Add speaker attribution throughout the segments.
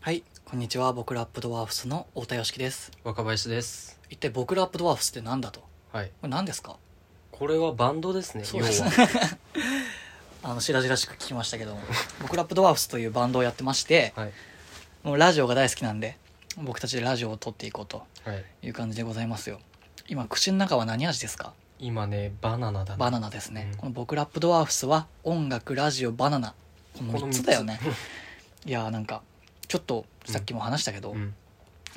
Speaker 1: はい、こんにちは。僕らアップドワーフスの太田良樹です。
Speaker 2: 若林です
Speaker 1: 一体僕らアップドワーフスって何だと。こ
Speaker 2: はい
Speaker 1: れ何ですか
Speaker 2: これはバンドですね
Speaker 1: そうです
Speaker 2: 要は
Speaker 1: あの、白々しく聞きました けども。僕らアップドワーフスというバンドをやってまして、
Speaker 2: はい
Speaker 1: もうラジオが大好きなんで、僕たちでラジオを撮っていこうと
Speaker 2: はい
Speaker 1: いう感じでございますよ。今、口の中は何味ですか
Speaker 2: 今ねバナナだね
Speaker 1: バナナですね。
Speaker 2: うん
Speaker 1: この僕らアップドワーフスは音楽、ラジオ、バナナ。この3つだよね。いやーなんか、ちょっとさっきも話したけど、
Speaker 2: うん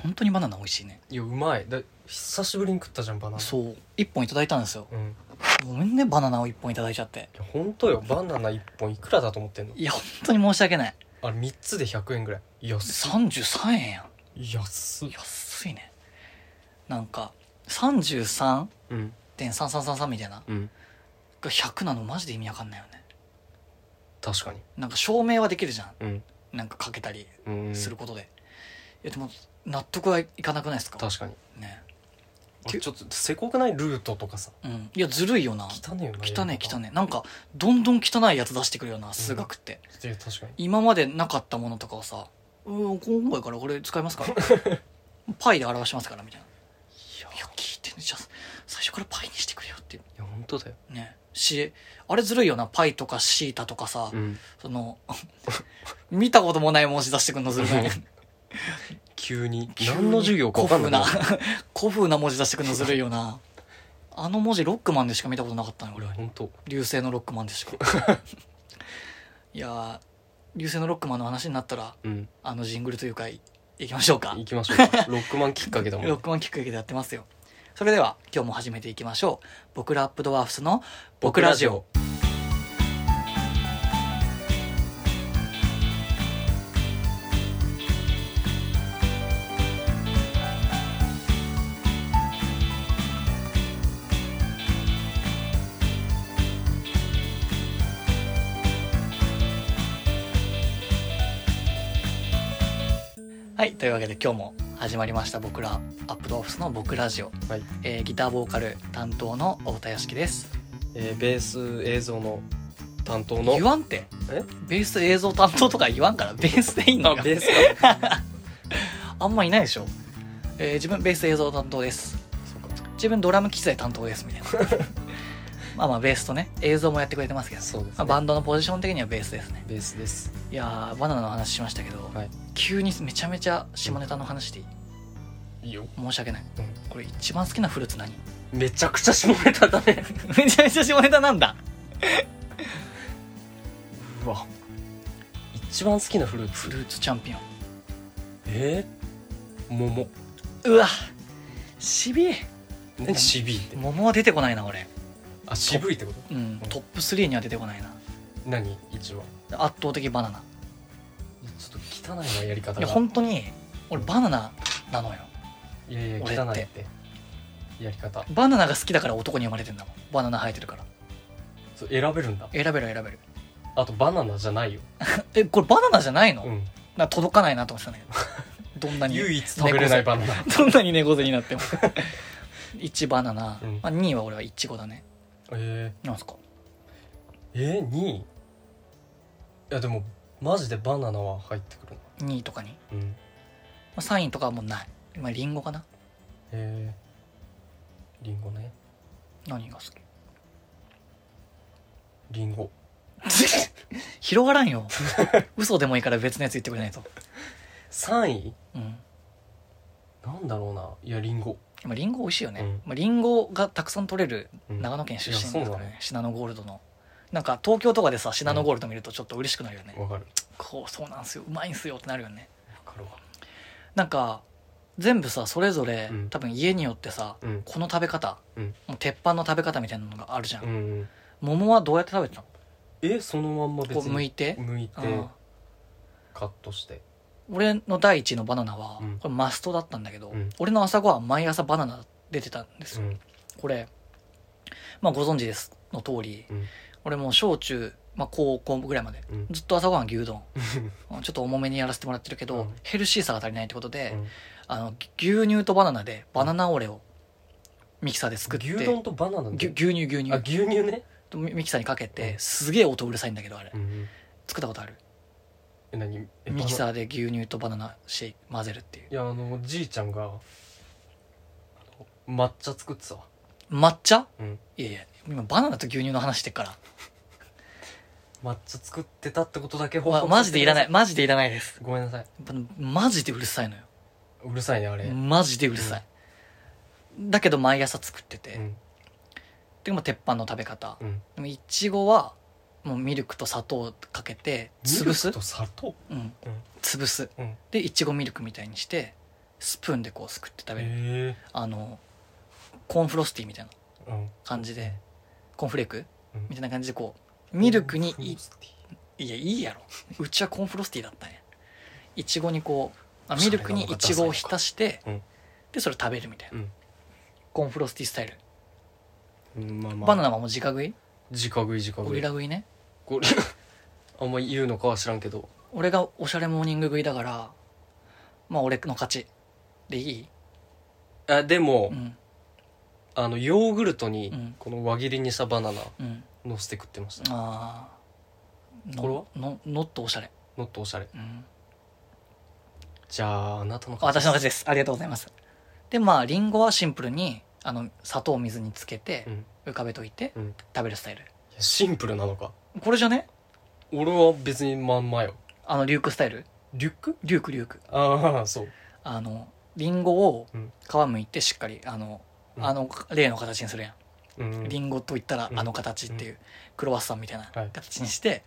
Speaker 1: 本当にバナナ美味しいね。
Speaker 2: いやうまいだ久しぶりに食ったじゃんバナナ
Speaker 1: そう。1本いただいたんですよ。
Speaker 2: うん
Speaker 1: ごめんね、バナナを1本いただいちゃって。
Speaker 2: いや本当よバナナ1本いくらだと思ってんの
Speaker 1: いや、本当に申し訳ない。
Speaker 2: あれ3つで100円ぐらい安
Speaker 1: 33円やん。
Speaker 2: い安い
Speaker 1: 安いね。なんか、33.3333
Speaker 2: うん
Speaker 1: みたいな。
Speaker 2: うん
Speaker 1: が100なのマジで意味わかんないよね。
Speaker 2: 確かに
Speaker 1: なんか証明はできるじゃ
Speaker 2: うん
Speaker 1: ん。なんかかけたり
Speaker 2: うん
Speaker 1: することで。いや、でも、納得はいかなくないですか
Speaker 2: 確かに
Speaker 1: ね。
Speaker 2: あちょっとせこくないルートとかさ
Speaker 1: うん。いや、ずるいよな。
Speaker 2: 汚ねえよな
Speaker 1: 汚ね汚
Speaker 2: ね
Speaker 1: ね。なんか、どんどん汚いやつ出してくるよな、数学って。
Speaker 2: 確かに
Speaker 1: 今までなかったものとかをさ、うん、今回からこれ使います から。パイで表しますから、みたいな。
Speaker 2: いや
Speaker 1: いや聞いてねじゃあ最初からパイにしてくれよってい
Speaker 2: いや本当だよ
Speaker 1: うねしあれずるいよなパイとかシータとかさ、
Speaker 2: うん
Speaker 1: その 見たこともない文字出してくんのずるいね
Speaker 2: 急に 何の授業か分 か
Speaker 1: 古
Speaker 2: ん
Speaker 1: 風
Speaker 2: な
Speaker 1: ない古風な文字出してくんのずるいよなあの文字ロックマンでしか見たことなかったの俺は
Speaker 2: 本当
Speaker 1: 流星のロックマンでし かいやー流星のロックマンの話になったら
Speaker 2: うん
Speaker 1: あのジングルというかいいきましょうか
Speaker 2: 行きま しょうかロックマンきっかけだもん
Speaker 1: ロックマンきっかけでやってますよそれでは今日も始めていきましょう僕らアップドワーフスの僕ラジオはい、というわけで今日も始まりました僕らアップドーフスの僕ラジオ、
Speaker 2: はい
Speaker 1: えーギターボーカル担当の太田良樹です
Speaker 2: えーベース映像の担当の
Speaker 1: 言わんて
Speaker 2: え
Speaker 1: ベース映像担当とか言わんからベースでいい
Speaker 2: あ
Speaker 1: のか
Speaker 2: ベースか
Speaker 1: あんまいないでしょ、えー自分ベース映像担当です
Speaker 2: そうか
Speaker 1: 自分ドラム機材担当ですみ たいなまあまあベースとね映像もやってくれてますけど、
Speaker 2: そうですね
Speaker 1: まあ、バンドのポジション的にはベースですね
Speaker 2: ベースです
Speaker 1: いやーバナナの話しましたけど、
Speaker 2: はい
Speaker 1: 急にめちゃめちゃ下ネタの話でいい
Speaker 2: いいよ
Speaker 1: 申し訳ない
Speaker 2: うん
Speaker 1: これ一番好きなフルーツ何
Speaker 2: めちゃくちゃ下ネタだね
Speaker 1: めちゃめちゃ下ネタなんだ
Speaker 2: うわ一番好きなフルー
Speaker 1: フ
Speaker 2: ツ
Speaker 1: ルーツチャンピオン
Speaker 2: えー、桃
Speaker 1: うわしびい
Speaker 2: 何渋いって
Speaker 1: 桃は出てこないな俺
Speaker 2: あ渋いってこ
Speaker 1: う
Speaker 2: と
Speaker 1: んトップ3には出てこないな
Speaker 2: 何一番
Speaker 1: 圧倒的バナナ
Speaker 2: ちょっと汚いなやり方
Speaker 1: いや
Speaker 2: が
Speaker 1: 本当に俺バナナなのよ
Speaker 2: いやいや
Speaker 1: 俺
Speaker 2: 汚
Speaker 1: って
Speaker 2: いってやり方
Speaker 1: バナナが好きだから男に生まれてんだもんバナナ生えてるから
Speaker 2: そう選べるんだ
Speaker 1: 選べる選べる
Speaker 2: あとバナナじゃないよ
Speaker 1: えこれバナナじゃないの、
Speaker 2: うん
Speaker 1: なんか届かないなと思ってたんだけどどんな に
Speaker 2: 唯一食べれないバナナ
Speaker 1: どんなに猫背にな っても1バナナ、
Speaker 2: うん
Speaker 1: まあ、2位は俺はイチゴだね
Speaker 2: え
Speaker 1: なんすか
Speaker 2: ー、えー、2位いやでもマジでバナナは入ってくるな
Speaker 1: 2位とかに、ま
Speaker 2: うん
Speaker 1: あ、3位とかはもうないまあリンゴかな
Speaker 2: えー、リンゴね
Speaker 1: 何が好き
Speaker 2: リンゴ
Speaker 1: 広がら んよ嘘でもいいから別のやつ言ってくれないと
Speaker 2: 3位
Speaker 1: うん
Speaker 2: なんだろうないやリンゴ
Speaker 1: まあリンゴ美味しいよね、
Speaker 2: うん
Speaker 1: まあ、リンゴがたくさん取れる
Speaker 2: うん
Speaker 1: 長野県出身ですから
Speaker 2: いやそう
Speaker 1: ね,、
Speaker 2: だね
Speaker 1: シナノゴールドのなんか東京とかでさシナノゴールド見るとちょっと嬉しくなるよね、
Speaker 2: わかる
Speaker 1: こうそうなんすようまいんすよってなるよね
Speaker 2: わかるわ
Speaker 1: なんか全部さそれぞれ、
Speaker 2: うん
Speaker 1: 多分家によってさ
Speaker 2: うん
Speaker 1: この食べ方、
Speaker 2: うん
Speaker 1: もう鉄板の食べ方みたいなのがあるじゃん、
Speaker 2: うんうん
Speaker 1: 桃はどうやって食べてたの
Speaker 2: えそのまんま別
Speaker 1: こう
Speaker 2: に
Speaker 1: 剥いて、
Speaker 2: 剥いて
Speaker 1: うん
Speaker 2: カットして
Speaker 1: 俺の第一のバナナは、
Speaker 2: うん
Speaker 1: これマストだったんだけど、
Speaker 2: うん
Speaker 1: 俺の朝ごはん毎朝バナナ出てたんですよ、
Speaker 2: うん
Speaker 1: これ、まあ、ご存知ですの通り、
Speaker 2: うん
Speaker 1: 俺もう小中、まあ、高校ぐらいまで
Speaker 2: うん
Speaker 1: ずっと朝ごはん牛丼ちょっと重めにやらせてもらってるけど、
Speaker 2: うん
Speaker 1: ヘルシーさが足りないってことで、
Speaker 2: うん
Speaker 1: あの牛乳とバナナでバナナオレをミキサーで作って
Speaker 2: 牛丼とバナナ
Speaker 1: ぎゅ
Speaker 2: で
Speaker 1: 牛乳牛乳
Speaker 2: あ牛乳ね
Speaker 1: ミミキサーにかけて、
Speaker 2: うん
Speaker 1: すげえ音うるさいんだけどあれ、
Speaker 2: うんうん
Speaker 1: 作ったことある
Speaker 2: え何え
Speaker 1: ミキ
Speaker 2: バ
Speaker 1: サーで牛乳とバナナシェイ混ぜるっていう
Speaker 2: ナいやあのじいちゃんがあの抹茶作ってたわ
Speaker 1: 抹茶
Speaker 2: うん
Speaker 1: いやいや今バナナと牛乳の話してっから
Speaker 2: 抹茶作ってたってことだけ報
Speaker 1: ま
Speaker 2: 告
Speaker 1: マジでいらないいマジでいらないです
Speaker 2: ごめんなさい
Speaker 1: マジでうるさいのよ
Speaker 2: うるさいねあれ、
Speaker 1: マジでうるさい、だけど毎朝作ってて、
Speaker 2: うん
Speaker 1: でも鉄板の食べ方
Speaker 2: うん
Speaker 1: でもいちごはもうミルクと砂糖かけて潰す
Speaker 2: ミルクと砂糖
Speaker 1: うん、潰す、
Speaker 2: うん
Speaker 1: でいちごミルクみたいにしてスプーンでこうすくって食べる、
Speaker 2: え
Speaker 1: あのコーンフロスティーみたいな
Speaker 2: えうん
Speaker 1: 感じでコーンフレーク、
Speaker 2: うん
Speaker 1: みたいな感じでこうミルクに
Speaker 2: ミ
Speaker 1: い
Speaker 2: ルクティー
Speaker 1: いやいいやろうちはコーンフロスティーだったねいちごにこうあ
Speaker 2: それ
Speaker 1: ミ
Speaker 2: が
Speaker 1: ルクにいちごを浸して、
Speaker 2: うん
Speaker 1: でそれ食べるみたいな、
Speaker 2: うん
Speaker 1: コーンフロスティースタイル、
Speaker 2: うんまあまあ
Speaker 1: バナナはもう直食い
Speaker 2: 直食い直
Speaker 1: ゴ
Speaker 2: 食
Speaker 1: リ
Speaker 2: い
Speaker 1: ラ食いね
Speaker 2: ゴリラ あんま言うのかは知らんけど
Speaker 1: 俺がおしゃれモーニング食いだからまあ俺の勝ちでいい
Speaker 2: あでも、
Speaker 1: うん
Speaker 2: あのヨーグルト
Speaker 1: う
Speaker 2: に
Speaker 1: ん
Speaker 2: この輪切りにしたバナナ
Speaker 1: うん
Speaker 2: のせて食ってました、
Speaker 1: ああ
Speaker 2: これは
Speaker 1: のノットおしゃれ、
Speaker 2: もっとおしゃれ
Speaker 1: うん、
Speaker 2: じゃああなたの
Speaker 1: 私の勝ちですありがとうございますでまありんごはシンプルにあの砂糖水につけて
Speaker 2: うん
Speaker 1: 浮かべといて
Speaker 2: うん
Speaker 1: 食べるスタイル
Speaker 2: いやシンプルなのか
Speaker 1: これじゃね
Speaker 2: 俺は別にまんまよ
Speaker 1: あのリュークスタイル
Speaker 2: リュック
Speaker 1: リュークリューク
Speaker 2: ああそう
Speaker 1: あのりんごを
Speaker 2: うん
Speaker 1: 皮むいてしっかりあの、
Speaker 2: うん
Speaker 1: あの例の形にするやん
Speaker 2: うん
Speaker 1: り、んごといったら
Speaker 2: うん
Speaker 1: あの形っていうクロワッサンみたいな
Speaker 2: はい
Speaker 1: 形にして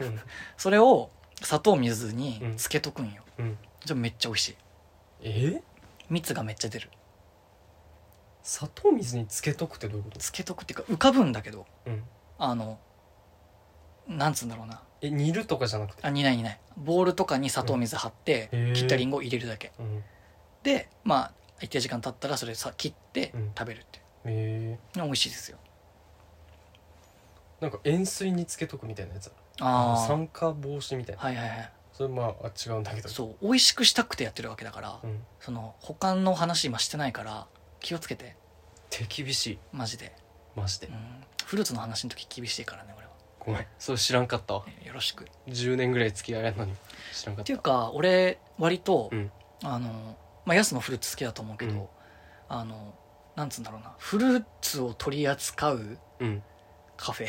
Speaker 2: うん
Speaker 1: それを砂糖水につけとくんよ
Speaker 2: うん、
Speaker 1: じゃあめっちゃ美味しい
Speaker 2: え
Speaker 1: 蜜がめっちゃ出る
Speaker 2: 砂糖水につけとくってどういうこと
Speaker 1: つけとくっていうか浮かぶんだけど
Speaker 2: うん
Speaker 1: あのなんつうんだろうな
Speaker 2: え煮るとかじゃなくて
Speaker 1: あ煮ない煮ないボウルとかに砂糖水張って
Speaker 2: うんへー
Speaker 1: 切ったりんごを入れるだけ
Speaker 2: うん
Speaker 1: でまあ一定時間経ったらそれさ切って
Speaker 2: うん
Speaker 1: 食べるっていう
Speaker 2: え
Speaker 1: 美味しいですよ
Speaker 2: ー、なんか塩水につけとくみたいなやつある
Speaker 1: ああ
Speaker 2: 酸化防止みたいな
Speaker 1: はいはいはい
Speaker 2: それまああ違うんだけど
Speaker 1: そう美味しくしたくてやってるわけだから、
Speaker 2: うん
Speaker 1: その他の話今してないから気をつけて
Speaker 2: 手厳しい
Speaker 1: マジで、
Speaker 2: マジで
Speaker 1: うん、フルーツの話の時厳しいからね俺は
Speaker 2: ごめんそれ知らんかったわ
Speaker 1: えよろしくっ
Speaker 2: 10年ぐらい付き合いあるのに知らんかってた
Speaker 1: いうか俺割と、
Speaker 2: うん
Speaker 1: あのまあヤスもフルーツ好きだと思うけど、
Speaker 2: うん
Speaker 1: あのなんつうんだろうなフルーツを取り扱う
Speaker 2: うん
Speaker 1: カフェ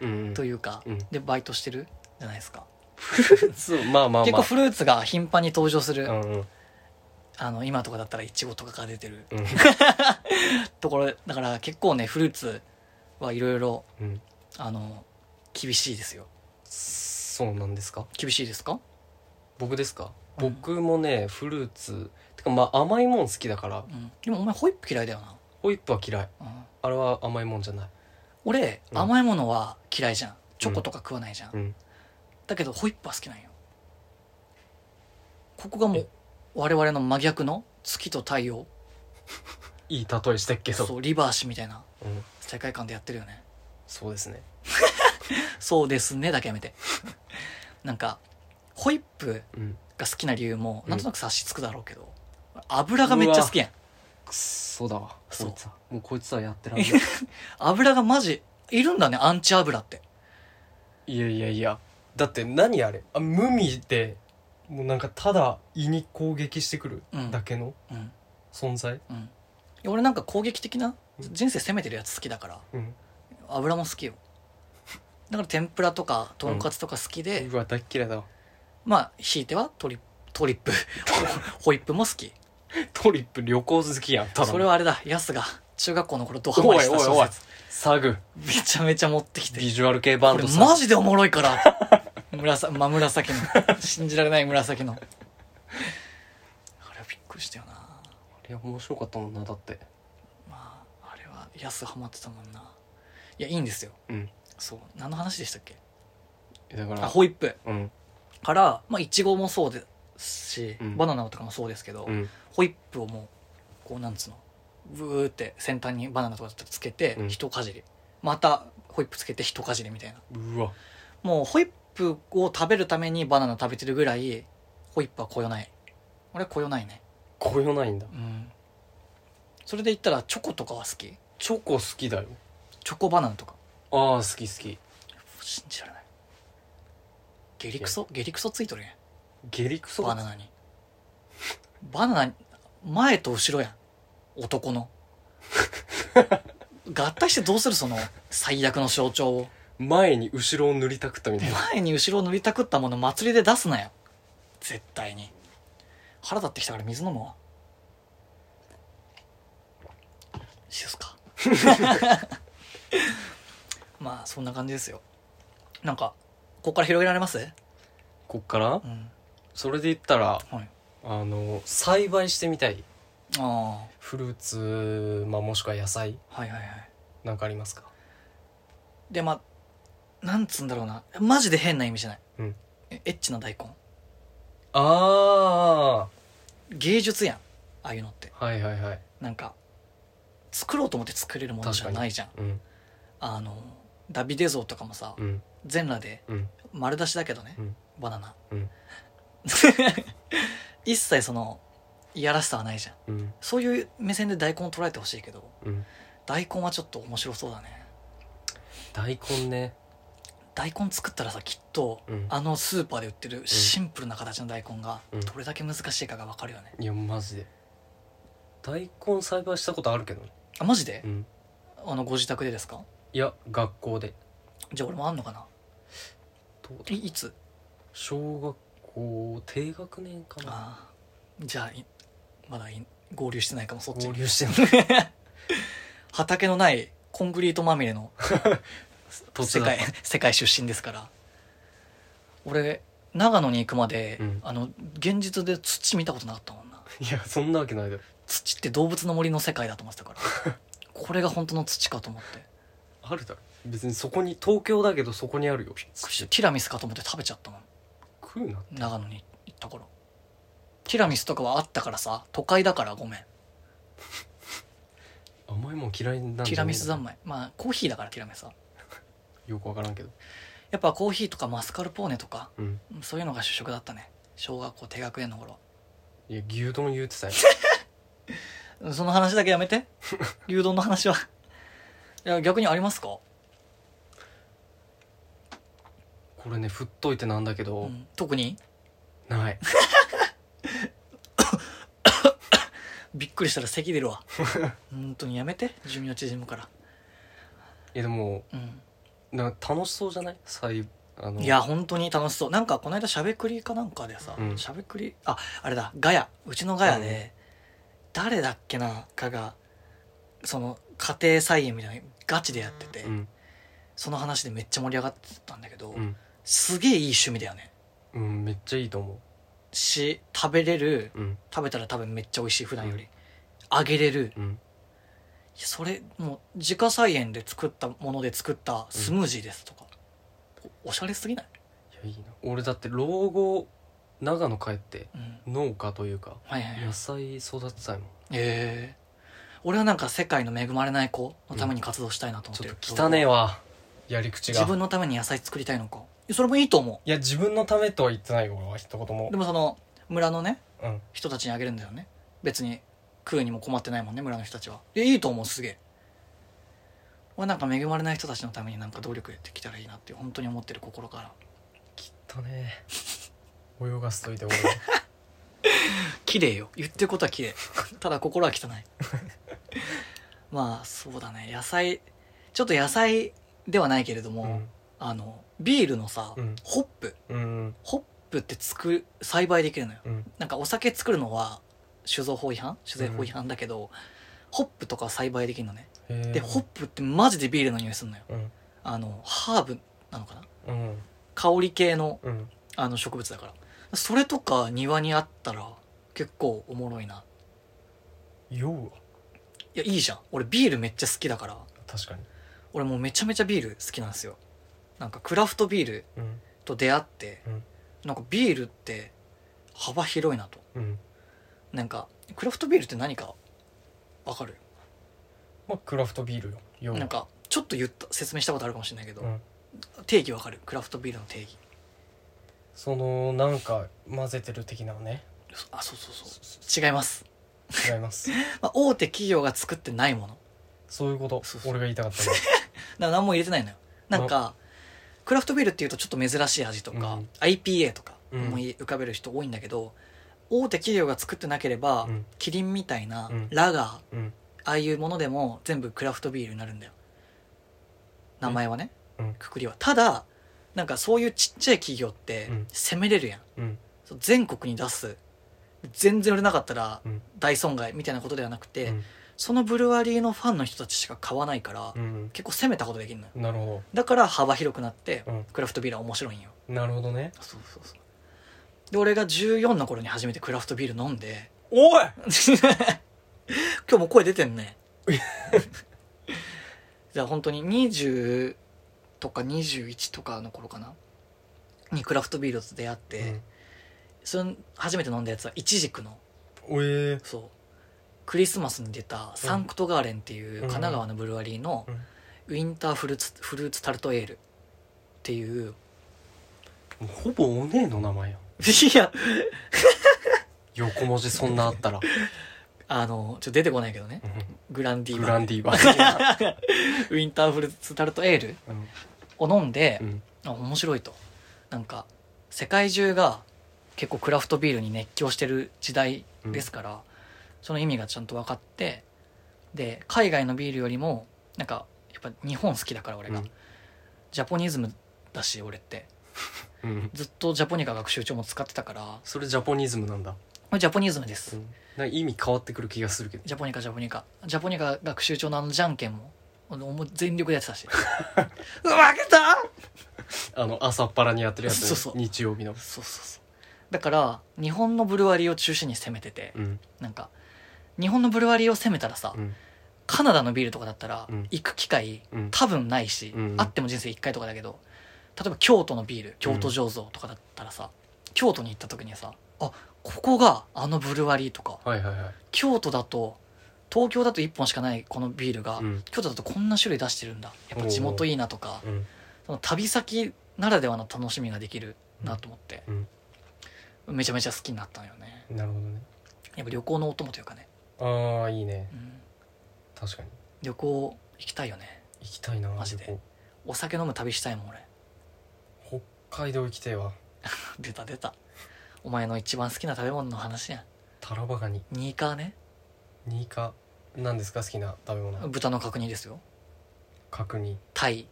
Speaker 2: うんうん
Speaker 1: というか、
Speaker 2: うん
Speaker 1: でバイトしてるじゃないですか
Speaker 2: そうまあまあ
Speaker 1: 結
Speaker 2: ま
Speaker 1: 構
Speaker 2: あ
Speaker 1: フルーツが頻繁に登場する、
Speaker 2: うん うん
Speaker 1: あの今とかだったらイチゴとかが出てる
Speaker 2: うん
Speaker 1: ところだから結構ねフルーツはいろいろ
Speaker 2: うん
Speaker 1: あの厳しいですよ
Speaker 2: そうなんですか
Speaker 1: 厳しいですか
Speaker 2: 僕ですか、
Speaker 1: うん
Speaker 2: 僕もねフルーツてかまあ甘いもん好きだから
Speaker 1: うん、でもお前ホイップ嫌いだよ
Speaker 2: ホイップは嫌い
Speaker 1: な、うん、
Speaker 2: あれは甘いもんじゃない
Speaker 1: 俺、
Speaker 2: うん
Speaker 1: 甘いものは嫌いじゃんチョコとか食わないじゃん、
Speaker 2: うん
Speaker 1: だけどホイップは好きなんよここがもう我々の真逆の月と太陽
Speaker 2: いい例えしてっけど
Speaker 1: そうリバーシみたいな
Speaker 2: う,、ん、
Speaker 1: 世界観でやってるよね
Speaker 2: そうですね
Speaker 1: そうですねだけやめて なんかホイップ
Speaker 2: うん
Speaker 1: が好きな理由も
Speaker 2: うん
Speaker 1: なんとなく察しつくだろうけど、油がめっちゃ好きやん
Speaker 2: くっそだわこ
Speaker 1: そう
Speaker 2: いつはもうこいつはやってらんない
Speaker 1: 油がマジいるんだねアンチ油って
Speaker 2: いやいやいやだって何あれあ無味でもうなんかただ胃に攻撃してくる
Speaker 1: うん
Speaker 2: だけの
Speaker 1: うん
Speaker 2: 存在
Speaker 1: うんいや俺なんか攻撃的な
Speaker 2: うん
Speaker 1: 人生攻めてるやつ好きだから
Speaker 2: うん、
Speaker 1: 油も好きよだから天ぷらとかとんかつとか好きで、
Speaker 2: うわ大っ嫌いだわ
Speaker 1: まあひいてはトリトリップ ホイップも好き
Speaker 2: トリップ旅行好きやんただの
Speaker 1: それはあれだヤスが中学校の頃ドハマ
Speaker 2: お
Speaker 1: り
Speaker 2: い
Speaker 1: し
Speaker 2: お
Speaker 1: た
Speaker 2: い
Speaker 1: 小
Speaker 2: おい
Speaker 1: 説
Speaker 2: サグ
Speaker 1: めちゃめちゃ持ってきて
Speaker 2: ビジュアル系バン
Speaker 1: こ
Speaker 2: ド
Speaker 1: れ
Speaker 2: サグ
Speaker 1: マジでおもろいから 紫真紫の信じられない紫のあれはびっくりしたよな
Speaker 2: あれ面白かったもんなだって
Speaker 1: まああれはヤスハマってたもんないやいいんですよ
Speaker 2: うん
Speaker 1: そう何の話でしたっけ
Speaker 2: えだか
Speaker 1: あ
Speaker 2: ら
Speaker 1: ホイップ
Speaker 2: うん
Speaker 1: からまあいちごもそうですし、
Speaker 2: うん
Speaker 1: バナナとかもそうですけど、
Speaker 2: うん
Speaker 1: ホイップをもうこうなんつうのブーって先端にバナナとかつけて
Speaker 2: うん
Speaker 1: 一かじり、またホイップつけて一かじりみたいな
Speaker 2: うわ
Speaker 1: もうホイップを食べるためにバナナ食べてるぐらいホイップはこよない俺はこよないね
Speaker 2: こよないんだ
Speaker 1: うんそれで言ったらチョコとかは好き
Speaker 2: チョコ好きだよ
Speaker 1: チョコバナナとか
Speaker 2: ああ好き好き
Speaker 1: 信じられないゲリクソゲリクソついとるやん
Speaker 2: ゲリクソ
Speaker 1: バナナにバナナに前と後ろやん男 の合体してどうするその最悪の象徴を
Speaker 2: 前に後ろを塗りたくったみたいな
Speaker 1: 前に後ろを塗りたくったもの祭りで出すなよ絶対に腹立ってきたから水飲むわしすか まあそんな感じですよなんかここから広げられます
Speaker 2: こっから
Speaker 1: うん
Speaker 2: それで言ったら
Speaker 1: はい
Speaker 2: あの栽培してみたい
Speaker 1: ああ
Speaker 2: フルーツ、まあ、もしくは野菜
Speaker 1: はいはいはい
Speaker 2: なんかありますか
Speaker 1: でまあなんつうんだろうなマジで変な意味じゃない、
Speaker 2: うん
Speaker 1: えエッチな大根
Speaker 2: あ
Speaker 1: 芸術やんああいうのって
Speaker 2: あはいはいはい
Speaker 1: なんか作ろうと思って作れるものじゃないじゃん
Speaker 2: うん
Speaker 1: あのダビデ像とかもさ
Speaker 2: うん
Speaker 1: 全裸で
Speaker 2: うん
Speaker 1: 丸出しだけどね、
Speaker 2: うん
Speaker 1: バナナ、
Speaker 2: うん
Speaker 1: 一切そのいやらしさはないじゃん
Speaker 2: うん
Speaker 1: そういう目線で大根を捉えてほしいけど
Speaker 2: うん
Speaker 1: 大根はちょっと面白そうだね
Speaker 2: 大根ね
Speaker 1: 大根作ったらさきっと
Speaker 2: うん
Speaker 1: あのスーパーで売ってるシンプルな形の大根が
Speaker 2: うん
Speaker 1: どれだけ難しいかが分かるよね
Speaker 2: いやマジで大根栽培したことあるけどね
Speaker 1: あマジで
Speaker 2: うん
Speaker 1: あのご自宅でですか
Speaker 2: いや学校で
Speaker 1: じゃあ俺もあんのかな
Speaker 2: どうだ
Speaker 1: いいつ
Speaker 2: 小学校低学年かな
Speaker 1: ああじゃあいまだい合流してないかもそっち
Speaker 2: 合
Speaker 1: に
Speaker 2: 流してない
Speaker 1: 畑のないコンクリートまみれの
Speaker 2: 土地
Speaker 1: 世
Speaker 2: だ
Speaker 1: 界 世界出身ですから俺長野に行くまで、
Speaker 2: うん
Speaker 1: あの現実で土見たことなかったもんない
Speaker 2: やそんなわけないだろ
Speaker 1: 土って動物の森の世界だと思ってたから これが本当の土かと思って
Speaker 2: あるだろ別にそこに東京だけどそこにあるよ
Speaker 1: ティラミスかと思って食べちゃったもん
Speaker 2: 食うな
Speaker 1: 長野に行った頃ティラミスとかはあったからさ都会だからごめん
Speaker 2: 甘いもん嫌いなんじゃねえんだ
Speaker 1: ティラミス三昧まあコーヒーだからティラミスは
Speaker 2: よくわからんけど
Speaker 1: やっぱコーヒーとかマスカルポーネとか
Speaker 2: うん
Speaker 1: うんそういうのが主食だったね小学校低学年の頃
Speaker 2: いや牛丼言う てたよ
Speaker 1: うんその話だけやめ て牛丼の話はいや逆にありますか、
Speaker 2: これね振っといてなんだけ
Speaker 1: う
Speaker 2: ど、
Speaker 1: ん、特に
Speaker 2: ない
Speaker 1: びっくりしたら咳出る わ本当にやめて寿命縮むから、
Speaker 2: えでも
Speaker 1: うん
Speaker 2: なんか楽しそうじゃない栽あの
Speaker 1: いや本当に楽しそうなんかこの間しゃべくりかなんかでさ、
Speaker 2: うん
Speaker 1: しゃべくりああれだガヤうちのガヤで、誰だっけなかがその家庭菜園みたいなのガチでやってて、
Speaker 2: うん
Speaker 1: その話でめっちゃ盛り上がってたんだけど、
Speaker 2: うん、
Speaker 1: すげえいい趣味だよね
Speaker 2: うん、めっちゃいいと思
Speaker 1: し食べれる
Speaker 2: ううん
Speaker 1: 食べたら多分めっちゃ美味しい普段より、揚げれる、いや
Speaker 2: うん
Speaker 1: それもう自家菜園で作ったもので作ったスムージーですとか、おおしゃれすぎない、
Speaker 2: いやいいな俺だって老後長野帰って
Speaker 1: うん、
Speaker 2: 農家というか
Speaker 1: はいはいはい
Speaker 2: 野菜育てたいもん
Speaker 1: ええ俺はなんか世界の恵まれない子のために活動したいなと思っ
Speaker 2: ち
Speaker 1: て
Speaker 2: ょ
Speaker 1: る
Speaker 2: っ、と汚ねえわやり口が
Speaker 1: 自分のために野菜作りたいのかいやそれもいいと思
Speaker 2: いや自分のためとは言ってないよ俺は一言も
Speaker 1: うでもその村のね
Speaker 2: うん
Speaker 1: 人たちにあげるんだよね別に食うにも困ってないもんね村の人たちはいやいいと思うすげえ俺なんか恵まれない人たちのためになんか動力やってきたらいいなって本当に思ってる心から
Speaker 2: 汚 ねえ泳がすといて俺
Speaker 1: 綺麗よ言ってることは綺 麗ただ心は汚いまあそうだね野菜ちょっと野菜ではないけれども、
Speaker 2: は
Speaker 1: あのビールのさ、
Speaker 2: うん
Speaker 1: ホップ
Speaker 2: うんうん
Speaker 1: ホップって作る栽培できるのよ
Speaker 2: うん
Speaker 1: なんかお酒作るのは酒造法違反酒税法違反だけど、ホップとか栽培できるのね
Speaker 2: へえ
Speaker 1: でホップってマジでビールの匂いするのよ
Speaker 2: うん
Speaker 1: あのハーブなのかな
Speaker 2: うん
Speaker 1: 香り系の
Speaker 2: うん
Speaker 1: あの植物だからそれとか庭にあったら結構おもろいな
Speaker 2: 酔うわ
Speaker 1: いやいいじゃん俺ビールめっちゃ好きだから
Speaker 2: 確かに
Speaker 1: 俺もうめちゃめちゃビール好きなんですよなんかクラフトビール
Speaker 2: うん
Speaker 1: と出会って、
Speaker 2: うん
Speaker 1: なんかビールって幅広いなと
Speaker 2: うん
Speaker 1: なんかクラフトビールって何かわかる
Speaker 2: まあクラフトビールよ酔うわ
Speaker 1: なんかちょっと言った説明したことあるかもしれないけど、
Speaker 2: うん
Speaker 1: 定義わかるクラフトビールの定義
Speaker 2: そのなんか混ぜてる的なね
Speaker 1: あそうそうそう違います、
Speaker 2: 違います
Speaker 1: まあ、大手企業が作ってないものだか
Speaker 2: そういうこと
Speaker 1: そうそう
Speaker 2: 俺が言いたかったの
Speaker 1: ら何も入れてないのよなんか、クラフトビールっていうとちょっと珍しい味とか、
Speaker 2: うん
Speaker 1: IPA とか思い浮かべる人多いんだけど、大手企業が作ってなければ、
Speaker 2: うん
Speaker 1: キリンみたいな
Speaker 2: うん
Speaker 1: ラガー
Speaker 2: うん
Speaker 1: ああいうものでも全部クラフトビールになるんだよ名前はね、
Speaker 2: うん
Speaker 1: くくりはただなんかそういうちっちゃい企業って
Speaker 2: うん
Speaker 1: 攻めれるやん、
Speaker 2: うん
Speaker 1: そう全国に出す全然売れなかったら
Speaker 2: うん
Speaker 1: 大損害みたいなことではなくて、
Speaker 2: うん
Speaker 1: そのブルワリーのファンの人たちしか買わないから、
Speaker 2: うん
Speaker 1: 結構攻めたことできるのよ
Speaker 2: なるほ
Speaker 1: だから幅広くなって、
Speaker 2: うん
Speaker 1: クラフトビールは面白いんよ
Speaker 2: どなるほどね
Speaker 1: そうそうそうで俺が14の頃に初めてクラフトビール飲んで
Speaker 2: おい
Speaker 1: 今日もう声出てんね じゃあ本当に20とか21とかの頃かなにクラフトビールと出会って、その初めて飲んだやつはイチジクの
Speaker 2: おえ
Speaker 1: そうクリスマスに出たサンクトガーレンっていう
Speaker 2: うん
Speaker 1: 神奈川のブルワリーの
Speaker 2: うん
Speaker 1: ウィンターフルーツフルーツタルトエールっていう
Speaker 2: もうほぼお姉の名前やん
Speaker 1: いや
Speaker 2: 横文字そんなあったら
Speaker 1: あのちょっと出てこないけどね
Speaker 2: うん
Speaker 1: グランディー
Speaker 2: グ
Speaker 1: バ
Speaker 2: ラ
Speaker 1: ウ
Speaker 2: ンディーバ ー
Speaker 1: ィンターフルーツタルトエール
Speaker 2: うん
Speaker 1: を飲んで
Speaker 2: う、ん
Speaker 1: あ面白いとなんか世界中が結構クラフトビールに熱狂してる時代ですから、その意味がちゃんと分かってで海外のビールよりもなんかやっぱ日本好きだから俺が、
Speaker 2: うん
Speaker 1: ジャポニズムだし俺って
Speaker 2: うん
Speaker 1: ずっとジャポニカ学習帳も使ってたからこ
Speaker 2: それジャポニズムなんだ
Speaker 1: れジャポニズムです、
Speaker 2: うんなんか意味変わってくる気がするけど
Speaker 1: ジャポニカジャポニカジャポニカ学習帳のあのじゃんけんももう全力でや ってたしうわ負けた
Speaker 2: あの朝っぱらにやって るやつね
Speaker 1: そうそう
Speaker 2: 日曜日の
Speaker 1: そうそうそうだから日本のブルワリーを中心に攻めてて、
Speaker 2: うん
Speaker 1: なんか日本のブルワリーを攻めたらさ、
Speaker 2: うん
Speaker 1: カナダのビールとかだったら、
Speaker 2: うん
Speaker 1: 行く機会
Speaker 2: うん
Speaker 1: 多分ないし、
Speaker 2: うん
Speaker 1: あっても人生1回とかだけど例えば京都のビール京都醸造とかだったらさ、京都に行った時にさあここがあのブルワリーとか
Speaker 2: はいはいはい
Speaker 1: 京都だと東京だと1本しかないこのビールが、
Speaker 2: うん
Speaker 1: 京都だとこんな種類出してるんだやっぱ地元いいなとか
Speaker 2: うん
Speaker 1: その旅先ならではの楽しみができるなと思って、めちゃめちゃ好きになったのよね
Speaker 2: なるほどね
Speaker 1: やっぱ旅行のお供というかね、
Speaker 2: ああいいね
Speaker 1: うん
Speaker 2: 確かに
Speaker 1: 旅行行きたいよね
Speaker 2: 行きたいな
Speaker 1: マジで
Speaker 2: 旅行
Speaker 1: お酒飲む旅したいもん俺
Speaker 2: 北海道行きてえわ
Speaker 1: 出た出たお前の一番好きな食べ物の話や
Speaker 2: タラバガニ
Speaker 1: んニーカーね
Speaker 2: ニイカ何ですか好きな食べ物
Speaker 1: 豚の角煮ですよ
Speaker 2: 角煮
Speaker 1: タイ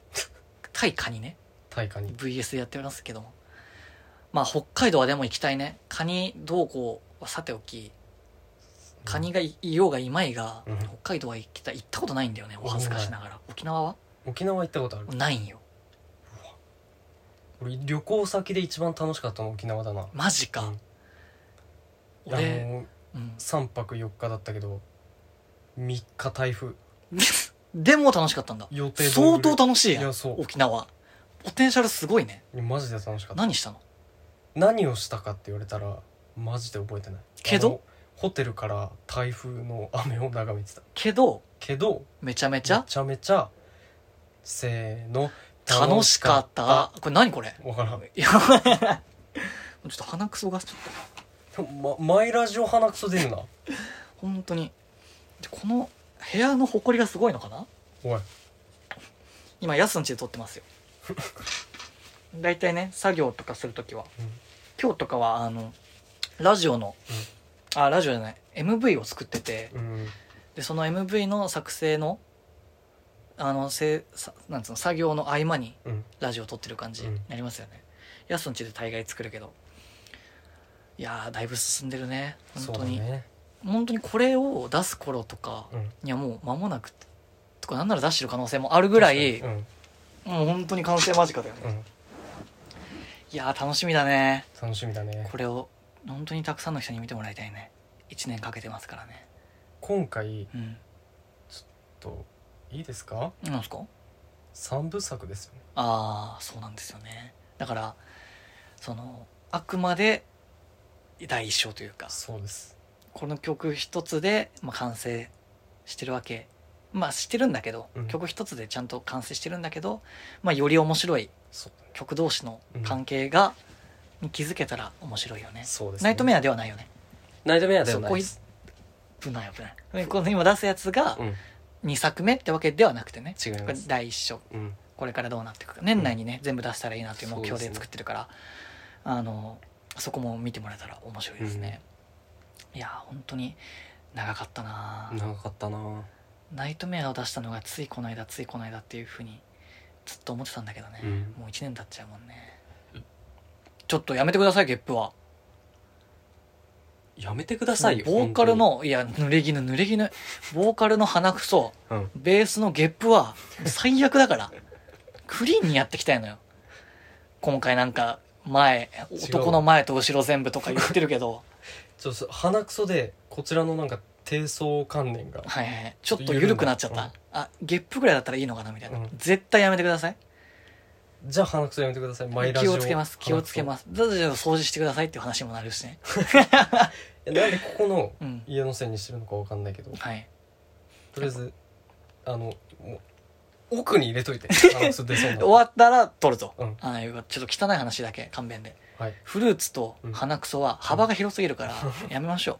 Speaker 1: タイカニね
Speaker 2: タイカニ
Speaker 1: VS でやってますけどもまあ北海道はでも行きたいねカニどうこうはさておきカニがいいようがいまいが、
Speaker 2: うん
Speaker 1: 北海道は行きたい行ったことないんだよねお恥ずかしながら沖縄は
Speaker 2: 沖縄行ったことある
Speaker 1: ないんよ
Speaker 2: 俺旅行先で一番楽しかったの沖縄だな
Speaker 1: マジか、
Speaker 2: うんあ
Speaker 1: 俺、
Speaker 2: の
Speaker 1: うん、
Speaker 2: 3泊4日だったけど3日台風
Speaker 1: でも楽しかったんだ
Speaker 2: 予定通り
Speaker 1: 相当楽しい
Speaker 2: い
Speaker 1: やん
Speaker 2: やそう
Speaker 1: 沖縄ポテンシャルすごいね
Speaker 2: いやマジで楽しかった
Speaker 1: 何したの
Speaker 2: 何をしたかって言われたらマジで覚えてない
Speaker 1: けど
Speaker 2: あのホテルから台風の雨を眺めてた
Speaker 1: けど
Speaker 2: けど
Speaker 1: めちゃめ
Speaker 2: め
Speaker 1: ちゃ
Speaker 2: ちゃめちゃせーの
Speaker 1: 楽しかったこれ何これ
Speaker 2: 分からん
Speaker 1: いやちょっと鼻くそがちょっと
Speaker 2: でもま、マイラジオ鼻くそ出るな
Speaker 1: 本当にでこの部屋の埃がすごいのかな
Speaker 2: おい
Speaker 1: 今ヤスんちで撮ってます よ大体ね作業とかするときは、
Speaker 2: うん
Speaker 1: 今日とかはあのラジオの、あラジオじゃない MV を作ってて
Speaker 2: うん
Speaker 1: でその MV の作成のあのせさなんつうの作業の合間に
Speaker 2: うん
Speaker 1: ラジオ撮ってる感じ
Speaker 2: うん
Speaker 1: になりますよね、やすんちで大概作るけどいやーだいぶ進んでるね
Speaker 2: そ
Speaker 1: 本
Speaker 2: う
Speaker 1: 当
Speaker 2: だ
Speaker 1: に、
Speaker 2: ね
Speaker 1: 本当にこれを出す頃とか
Speaker 2: うん
Speaker 1: にはもう間もなくとかなんなら出してる可能性もあるぐらい、
Speaker 2: 確かに
Speaker 1: もう本当に完成間近だよね、
Speaker 2: うんうん
Speaker 1: いやー楽しみだね
Speaker 2: 楽しみだね
Speaker 1: これを本当にたくさんの人に見てもらいたいね1年かけてますからね
Speaker 2: 今回
Speaker 1: うん
Speaker 2: といいですか
Speaker 1: なんですか
Speaker 2: 三部作ですよね
Speaker 1: ああそうなんですよねだからそのあくまで第一章というか
Speaker 2: そうです
Speaker 1: この曲一つで、まあ、完成してるわけまあしてるんだけど、
Speaker 2: うん
Speaker 1: 曲一つでちゃんと完成してるんだけど、まあ、より面白い
Speaker 2: そうだね
Speaker 1: 曲同士の関係が、に気づけたら面白いよね
Speaker 2: そうですね
Speaker 1: ナイトメアではないよね
Speaker 2: ナイトメア
Speaker 1: で
Speaker 2: で
Speaker 1: は
Speaker 2: は
Speaker 1: な
Speaker 2: ないい
Speaker 1: で
Speaker 2: ですす
Speaker 1: 危ない危ないこの今出すやつが
Speaker 2: うん
Speaker 1: 2作目ってわけではなくてね、
Speaker 2: 違い
Speaker 1: こ
Speaker 2: ま
Speaker 1: れ
Speaker 2: す
Speaker 1: 第一章
Speaker 2: うん
Speaker 1: ここれからどうなっていくか年内にね、全部出したらいいなという目
Speaker 2: そう
Speaker 1: 標
Speaker 2: で
Speaker 1: で
Speaker 2: すね
Speaker 1: 作ってるから、あのそこも見てもらえたら面白いですね、いやー本当に長かったなあ
Speaker 2: 長かったな
Speaker 1: ナイトメアを出したのがついこの間ついこの間っていうふうにずっと思ってたんだけどね、
Speaker 2: うん
Speaker 1: もう1年経っちゃうもんねちょっとやめてくださいゲップは
Speaker 2: やめてくださいよ
Speaker 1: ボーカルのいや濡れ衣濡れ衣ボーカルの鼻くそ
Speaker 2: 本当に
Speaker 1: ベースのゲップは最悪だからクリーンにやってきたいのよ今回なんか前
Speaker 2: 違う
Speaker 1: 男の前と後ろ全部とか言ってるけど
Speaker 2: うんそう鼻くそでこちらのなんか低層観念が
Speaker 1: はいはいはいちょっと緩くなっちゃった、
Speaker 2: うん
Speaker 1: あゲップぐらいだったらいいのかなみたいな、
Speaker 2: うん
Speaker 1: 絶対やめてください
Speaker 2: じゃあ鼻くそやめてくださいマイラ
Speaker 1: 気
Speaker 2: ジオ
Speaker 1: をつけます気をつけ
Speaker 2: す
Speaker 1: ますだって掃除してくださいっていう話にもなるしね
Speaker 2: なんでここの
Speaker 1: うん
Speaker 2: 家のせいにしてるのかわかんないけどと
Speaker 1: はい
Speaker 2: りあえずあのもう奥に入れと いて鼻くそ出そうな
Speaker 1: 終わったら取ると、
Speaker 2: うん
Speaker 1: ああいうかちょっと汚い話だけ勘弁で
Speaker 2: はい
Speaker 1: フルーツと花くそは幅が広すぎるから やめましょ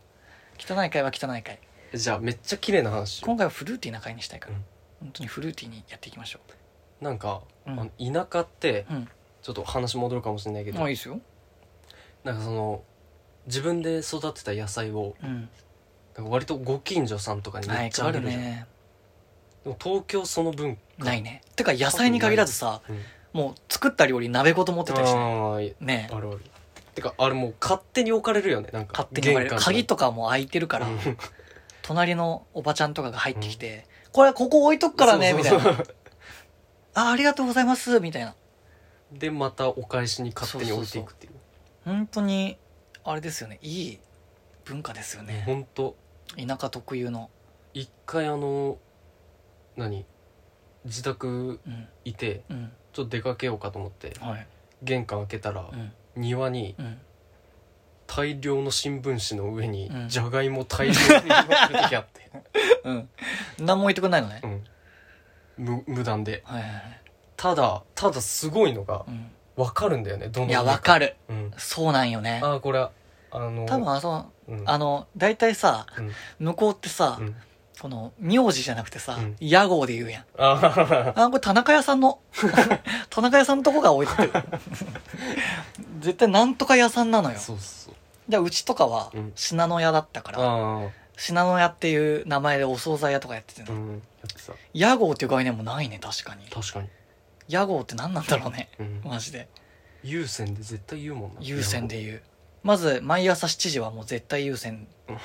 Speaker 1: う汚い回は汚い回
Speaker 2: じゃあめっちゃ綺麗な話
Speaker 1: 今回はフルーティーな回にしたいから、
Speaker 2: うん
Speaker 1: 本当にフルーティーにやっていきましょ
Speaker 2: なんか、
Speaker 1: うん
Speaker 2: あの田舎って
Speaker 1: ううん
Speaker 2: ちょっと話戻るかもしれないけど、
Speaker 1: まあいいですよ
Speaker 2: なんかその自分で育てた野菜を
Speaker 1: うん
Speaker 2: なんか割とご近所さんとかにめ
Speaker 1: は
Speaker 2: っ
Speaker 1: い
Speaker 2: ち
Speaker 1: 変
Speaker 2: ゃあ
Speaker 1: わ
Speaker 2: げ
Speaker 1: る
Speaker 2: るじゃん、
Speaker 1: ね
Speaker 2: でも東京その分
Speaker 1: ないねてか野菜に限らずさ
Speaker 2: うん
Speaker 1: もう作った料理鍋ごと持ってたりしてね
Speaker 2: あーい
Speaker 1: ねえ
Speaker 2: あるあるてかあれもう勝手に置かれるよねなんか
Speaker 1: 勝手に言われる
Speaker 2: 玄関
Speaker 1: 鍵とかも開いてるから、
Speaker 2: うん
Speaker 1: 隣のおばちゃんとかが入ってきて「これここ置いとくからね」
Speaker 2: そう
Speaker 1: み
Speaker 2: そ
Speaker 1: た
Speaker 2: う
Speaker 1: い
Speaker 2: そう
Speaker 1: な「あありがとうございます」みたいな
Speaker 2: でまたお返しに勝手に置いていくっていう
Speaker 1: 本当にあれですよねいい文化ですよね
Speaker 2: ほんと
Speaker 1: 田舎特有の
Speaker 2: 一回あの何自宅
Speaker 1: うん
Speaker 2: いて
Speaker 1: うん
Speaker 2: ちょっと出かけようかと思って
Speaker 1: はい
Speaker 2: 玄関開けたら、
Speaker 1: うん
Speaker 2: 庭に
Speaker 1: うん
Speaker 2: 大量の新聞紙の上に
Speaker 1: うん
Speaker 2: じゃがいも大量に埋まってる時 あって、
Speaker 1: うん何も置いてくんないのね
Speaker 2: うん、無無断で
Speaker 1: はいはいはい
Speaker 2: ただただすごいのが
Speaker 1: う
Speaker 2: 分かるんだよねどの
Speaker 1: んいやわか
Speaker 2: る、
Speaker 1: る
Speaker 2: うん、
Speaker 1: そうなんよね
Speaker 2: ああこれはあの
Speaker 1: 多分あの
Speaker 2: うん
Speaker 1: あの大体さ
Speaker 2: うん
Speaker 1: 向こうってさ、
Speaker 2: うん
Speaker 1: この名字じゃなくてさ、
Speaker 2: うん
Speaker 1: 屋号で言うやん
Speaker 2: あー
Speaker 1: あこれ田中屋さん の田中屋さんのとこが置いてる絶対なんとか屋さんなのよ
Speaker 2: そうそう
Speaker 1: じゃあうちとかは
Speaker 2: うん
Speaker 1: 信濃屋だったから、
Speaker 2: あ
Speaker 1: 信濃屋っていう名前でお惣菜屋とかやってて、
Speaker 2: あうんやってさ
Speaker 1: 屋号っていう概念もないね確かに
Speaker 2: 確かに、
Speaker 1: 屋号って何なんだろうね
Speaker 2: うん、
Speaker 1: マジで
Speaker 2: 優先で絶対言うもんな
Speaker 1: 優先で言うまず毎朝7時はもう絶対優先
Speaker 2: うん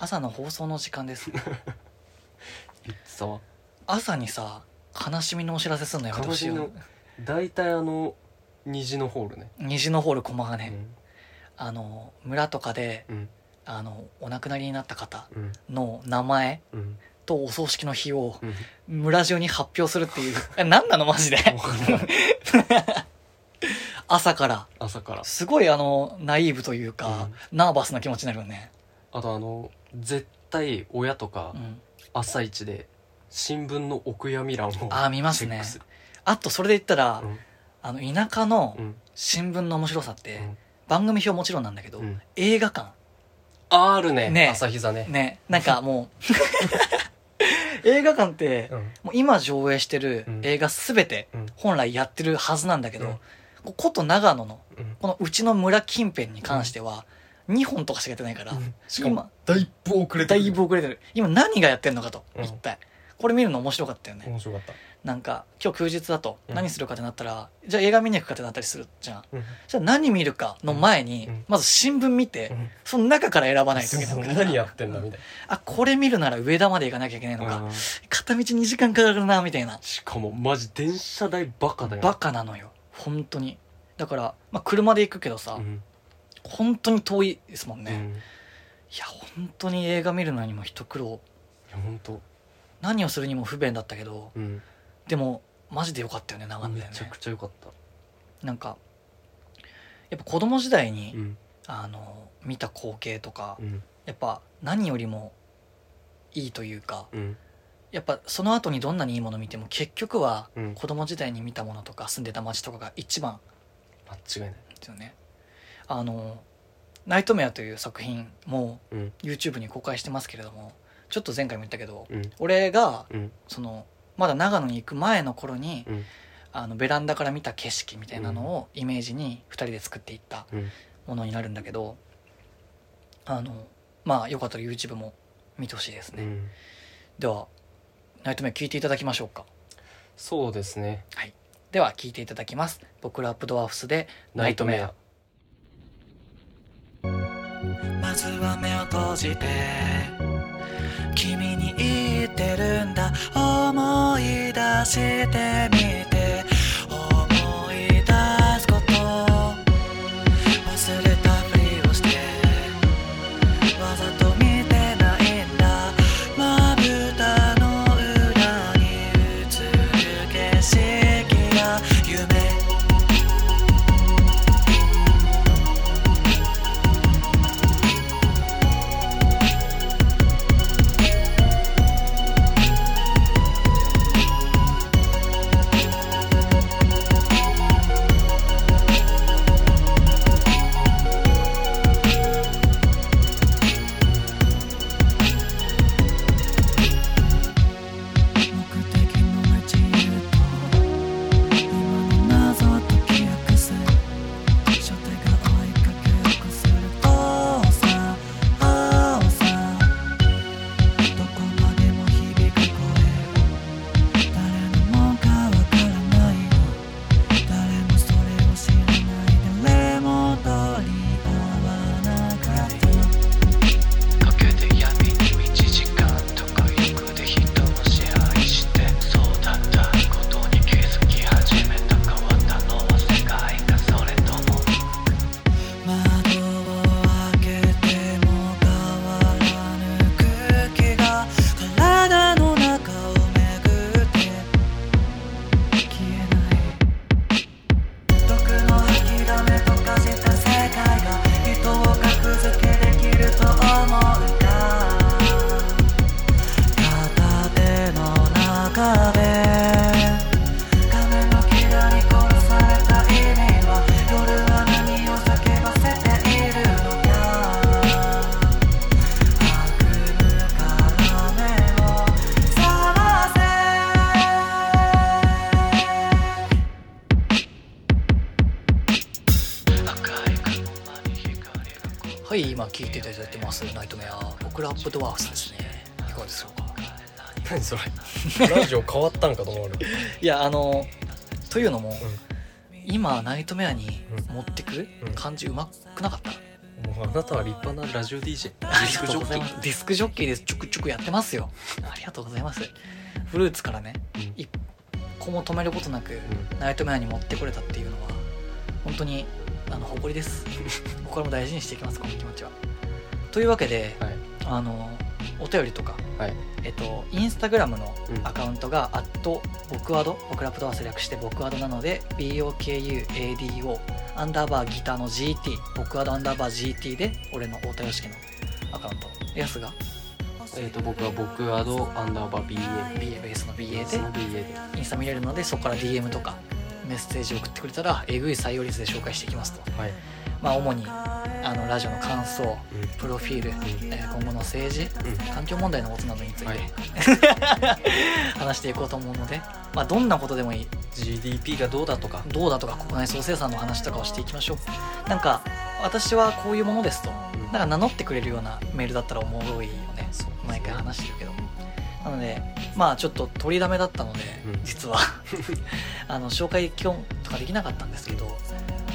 Speaker 1: 朝の放送の時間です
Speaker 2: 言ってたわ
Speaker 1: 朝にさ悲しみのお知らせすんのやめてほしい
Speaker 2: 悲
Speaker 1: よ
Speaker 2: し大体あの虹のホールね
Speaker 1: 虹のホール駒ヶ根、あの村とかで
Speaker 2: うん
Speaker 1: あのお亡くなりになった方
Speaker 2: うん
Speaker 1: の名前
Speaker 2: うん
Speaker 1: とお葬式の日を
Speaker 2: うん
Speaker 1: 村中に発表するっ ていうえ何なのマジで
Speaker 2: わかんない
Speaker 1: 朝から
Speaker 2: 朝から
Speaker 1: すごいあのナイーブというか、ナーバスな気持ちになるよね、
Speaker 2: あとあの絶対親とか
Speaker 1: うん、
Speaker 2: 朝一で新聞のお悔やみ欄を
Speaker 1: あー見ますね
Speaker 2: チェックする
Speaker 1: あとそれで言ったら、
Speaker 2: うん
Speaker 1: あの田舎の
Speaker 2: うん
Speaker 1: 新聞の面白さって、
Speaker 2: うん
Speaker 1: 番組表もちろんなんだけど、
Speaker 2: うん
Speaker 1: 映画館
Speaker 2: あーあるね
Speaker 1: ね
Speaker 2: 朝膝ね
Speaker 1: ねなんかも う映画館って、
Speaker 2: うん
Speaker 1: もう今上映してる映画すべて
Speaker 2: うん
Speaker 1: 本来やってるはずなんだけど、
Speaker 2: うん
Speaker 1: こうこと長野の
Speaker 2: うん
Speaker 1: このうちの村近辺に関しては2本とかしかやってないから、
Speaker 2: うんしかも
Speaker 1: 今
Speaker 2: だいぶ遅れて
Speaker 1: だ
Speaker 2: る
Speaker 1: いぶ遅れてる今何がやってんのかと、
Speaker 2: うん
Speaker 1: 一体これ見るの面白かったよね、
Speaker 2: 面白かった
Speaker 1: なんか今日休日だと
Speaker 2: うん
Speaker 1: 何するかってなったら、じゃあ映画見に行くかってなったりするじゃん
Speaker 2: うん
Speaker 1: じゃあ何見るかの前に、
Speaker 2: うん
Speaker 1: まず新聞見て、
Speaker 2: うん
Speaker 1: その中から選ばないといけない
Speaker 2: そう
Speaker 1: から
Speaker 2: 何やってんだみたい
Speaker 1: あこれ見るなら上田まで行かなきゃいけないの
Speaker 2: な
Speaker 1: か、
Speaker 2: うん
Speaker 1: 片道2時間かかるなみたいな
Speaker 2: しかもマジ電車代バカだよ
Speaker 1: バカなのよ本当にだから、まあ、車で行くけどさ、
Speaker 2: うん
Speaker 1: 本当に遠いですもんね、
Speaker 2: う
Speaker 1: い
Speaker 2: んい
Speaker 1: や本当に映画見るのにも一苦労
Speaker 2: や本当
Speaker 1: 何をするにも不便だったけど
Speaker 2: うん
Speaker 1: でもマジでよかったよね長野だよ
Speaker 2: めちゃ
Speaker 1: ね
Speaker 2: くちゃ良かった
Speaker 1: なんかやっぱ子供時代に、
Speaker 2: うん
Speaker 1: あの見た光景とか、
Speaker 2: うん
Speaker 1: やっぱ何よりもいいというか
Speaker 2: うん
Speaker 1: やっぱその後にどんなにいいもの見ても結局は
Speaker 2: うん
Speaker 1: 子供時代に見たものとか住んでた街とかが一番
Speaker 2: 間違いない
Speaker 1: ですよねあの「ナイトメア」という作品も
Speaker 2: うん
Speaker 1: YouTube に公開してますけれどもちょっと前回も言ったけど
Speaker 2: うん
Speaker 1: 俺が
Speaker 2: うん
Speaker 1: そのまだ長野に行く前の頃に、
Speaker 2: うん
Speaker 1: あのベランダから見た景色みたいなのをイメージに2人で作っていった
Speaker 2: うん
Speaker 1: ものになるんだけどあのまあよかったら YouTube も見てほしいです
Speaker 2: う
Speaker 1: ね、
Speaker 2: ん
Speaker 1: ではナイトメイ聞いていただきましょうか
Speaker 2: そうですね
Speaker 1: では聞いていただきます僕らアップドワーフスでナ
Speaker 2: ナ
Speaker 1: イ
Speaker 2: イ
Speaker 1: ト
Speaker 2: ト
Speaker 1: メ
Speaker 2: メ
Speaker 1: ア
Speaker 2: ア
Speaker 1: まずは目を閉じて君に言ってるんだ思い出してみて思い出すこと忘れたふりをしてわざと見てないんだまぶたの裏に映る景色が夢
Speaker 3: 目的の街へと今の謎解き明かす初手が追いかけっこする青さ青さどこまでも響く声誰のもんかわからない誰もそれを知らない誰も取り合わなかった
Speaker 4: かけて闇に道時間とか欲で人を支配してそうだったことに気づき始めた変わったのは世界かそれとも
Speaker 3: 「窓を開けても変わらぬ空気が体の中を巡って消えない」「毒の吐きだめとかした世界が人を格付けできると思うか」「片手の中で」亀のキラに殺された意味は夜は何を叫ばせているのか悪夢から目を覚ませ
Speaker 4: 赤い雲間に光がこう
Speaker 1: はい、今聞いていただいてます。ナイトメア、僕らアップドワーフスですね。いかがでしょうか。
Speaker 2: 何そ れラジオ変わったんかと思われる
Speaker 1: いや、あの、というのも、
Speaker 3: 今
Speaker 1: 今ナイトメアに
Speaker 2: う
Speaker 1: 持ってく
Speaker 2: うん
Speaker 1: 感じうまくなかった。
Speaker 2: もうあなたは立派なラジオ DJ ディスクジョッキー
Speaker 1: ディスクジョッキーです。ちょくちょくやってますよ。ありがとうございます。フルーツからね、
Speaker 2: うん
Speaker 1: 一個も止めることなく、ナイトメアに持ってこれたっていうのは、本当に、あの、誇り です。これも大事にしていきます、この気持ちは。というわけで、
Speaker 2: はい
Speaker 1: あの、お便りとか、
Speaker 2: はい
Speaker 1: えっと、インスタグラムの
Speaker 2: うん
Speaker 1: アカウントが、アット僕アド、僕ラップとは略して僕アドなので、BOKUADO、アンダーバーギターの GT、僕アドアンダーバー GT で、俺の太田よしきのアカウント、やすが
Speaker 2: えーと僕は僕アドアンダーバー BA
Speaker 1: BA、ベースの BA
Speaker 2: その
Speaker 1: で、
Speaker 2: BA で
Speaker 1: インスタ見れるので、そこから DM とか、メッセージ送ってくれたら、えぐい採用率で紹介していきますと。
Speaker 2: はい
Speaker 1: まあ、主に、あの、ラジオの感想、
Speaker 2: うん
Speaker 1: プロフィール、えー今後の政治、
Speaker 2: うん
Speaker 1: 環境問題のことなどについて、
Speaker 2: はい
Speaker 1: 話していこうと思うので、まあ、どんなことでもいい
Speaker 2: GDP がどうだとか
Speaker 1: どうだとか国内総生産の話とかをしていきましょうなんか私はこういうものですとなんか名乗ってくれるようなメールだったらおもろいよね毎回話してるけどなのでまあちょっと取りだめだったので、
Speaker 2: うん
Speaker 1: 実は あの紹介基本とかできなかったんですけど、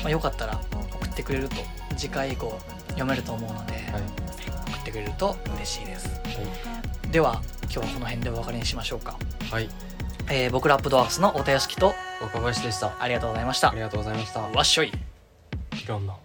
Speaker 1: まあ、よかったら送ってくれると次回以降読めると思うので、
Speaker 2: はい
Speaker 1: 送ってくれると嬉しいですでは今日はこの辺でお別れにしましょうか、
Speaker 2: はい
Speaker 1: えー僕らアップドアースのおたよしきと
Speaker 2: 若林でした
Speaker 1: ありがとうございました
Speaker 2: ありがとうございました
Speaker 1: わっしょい
Speaker 2: いろんな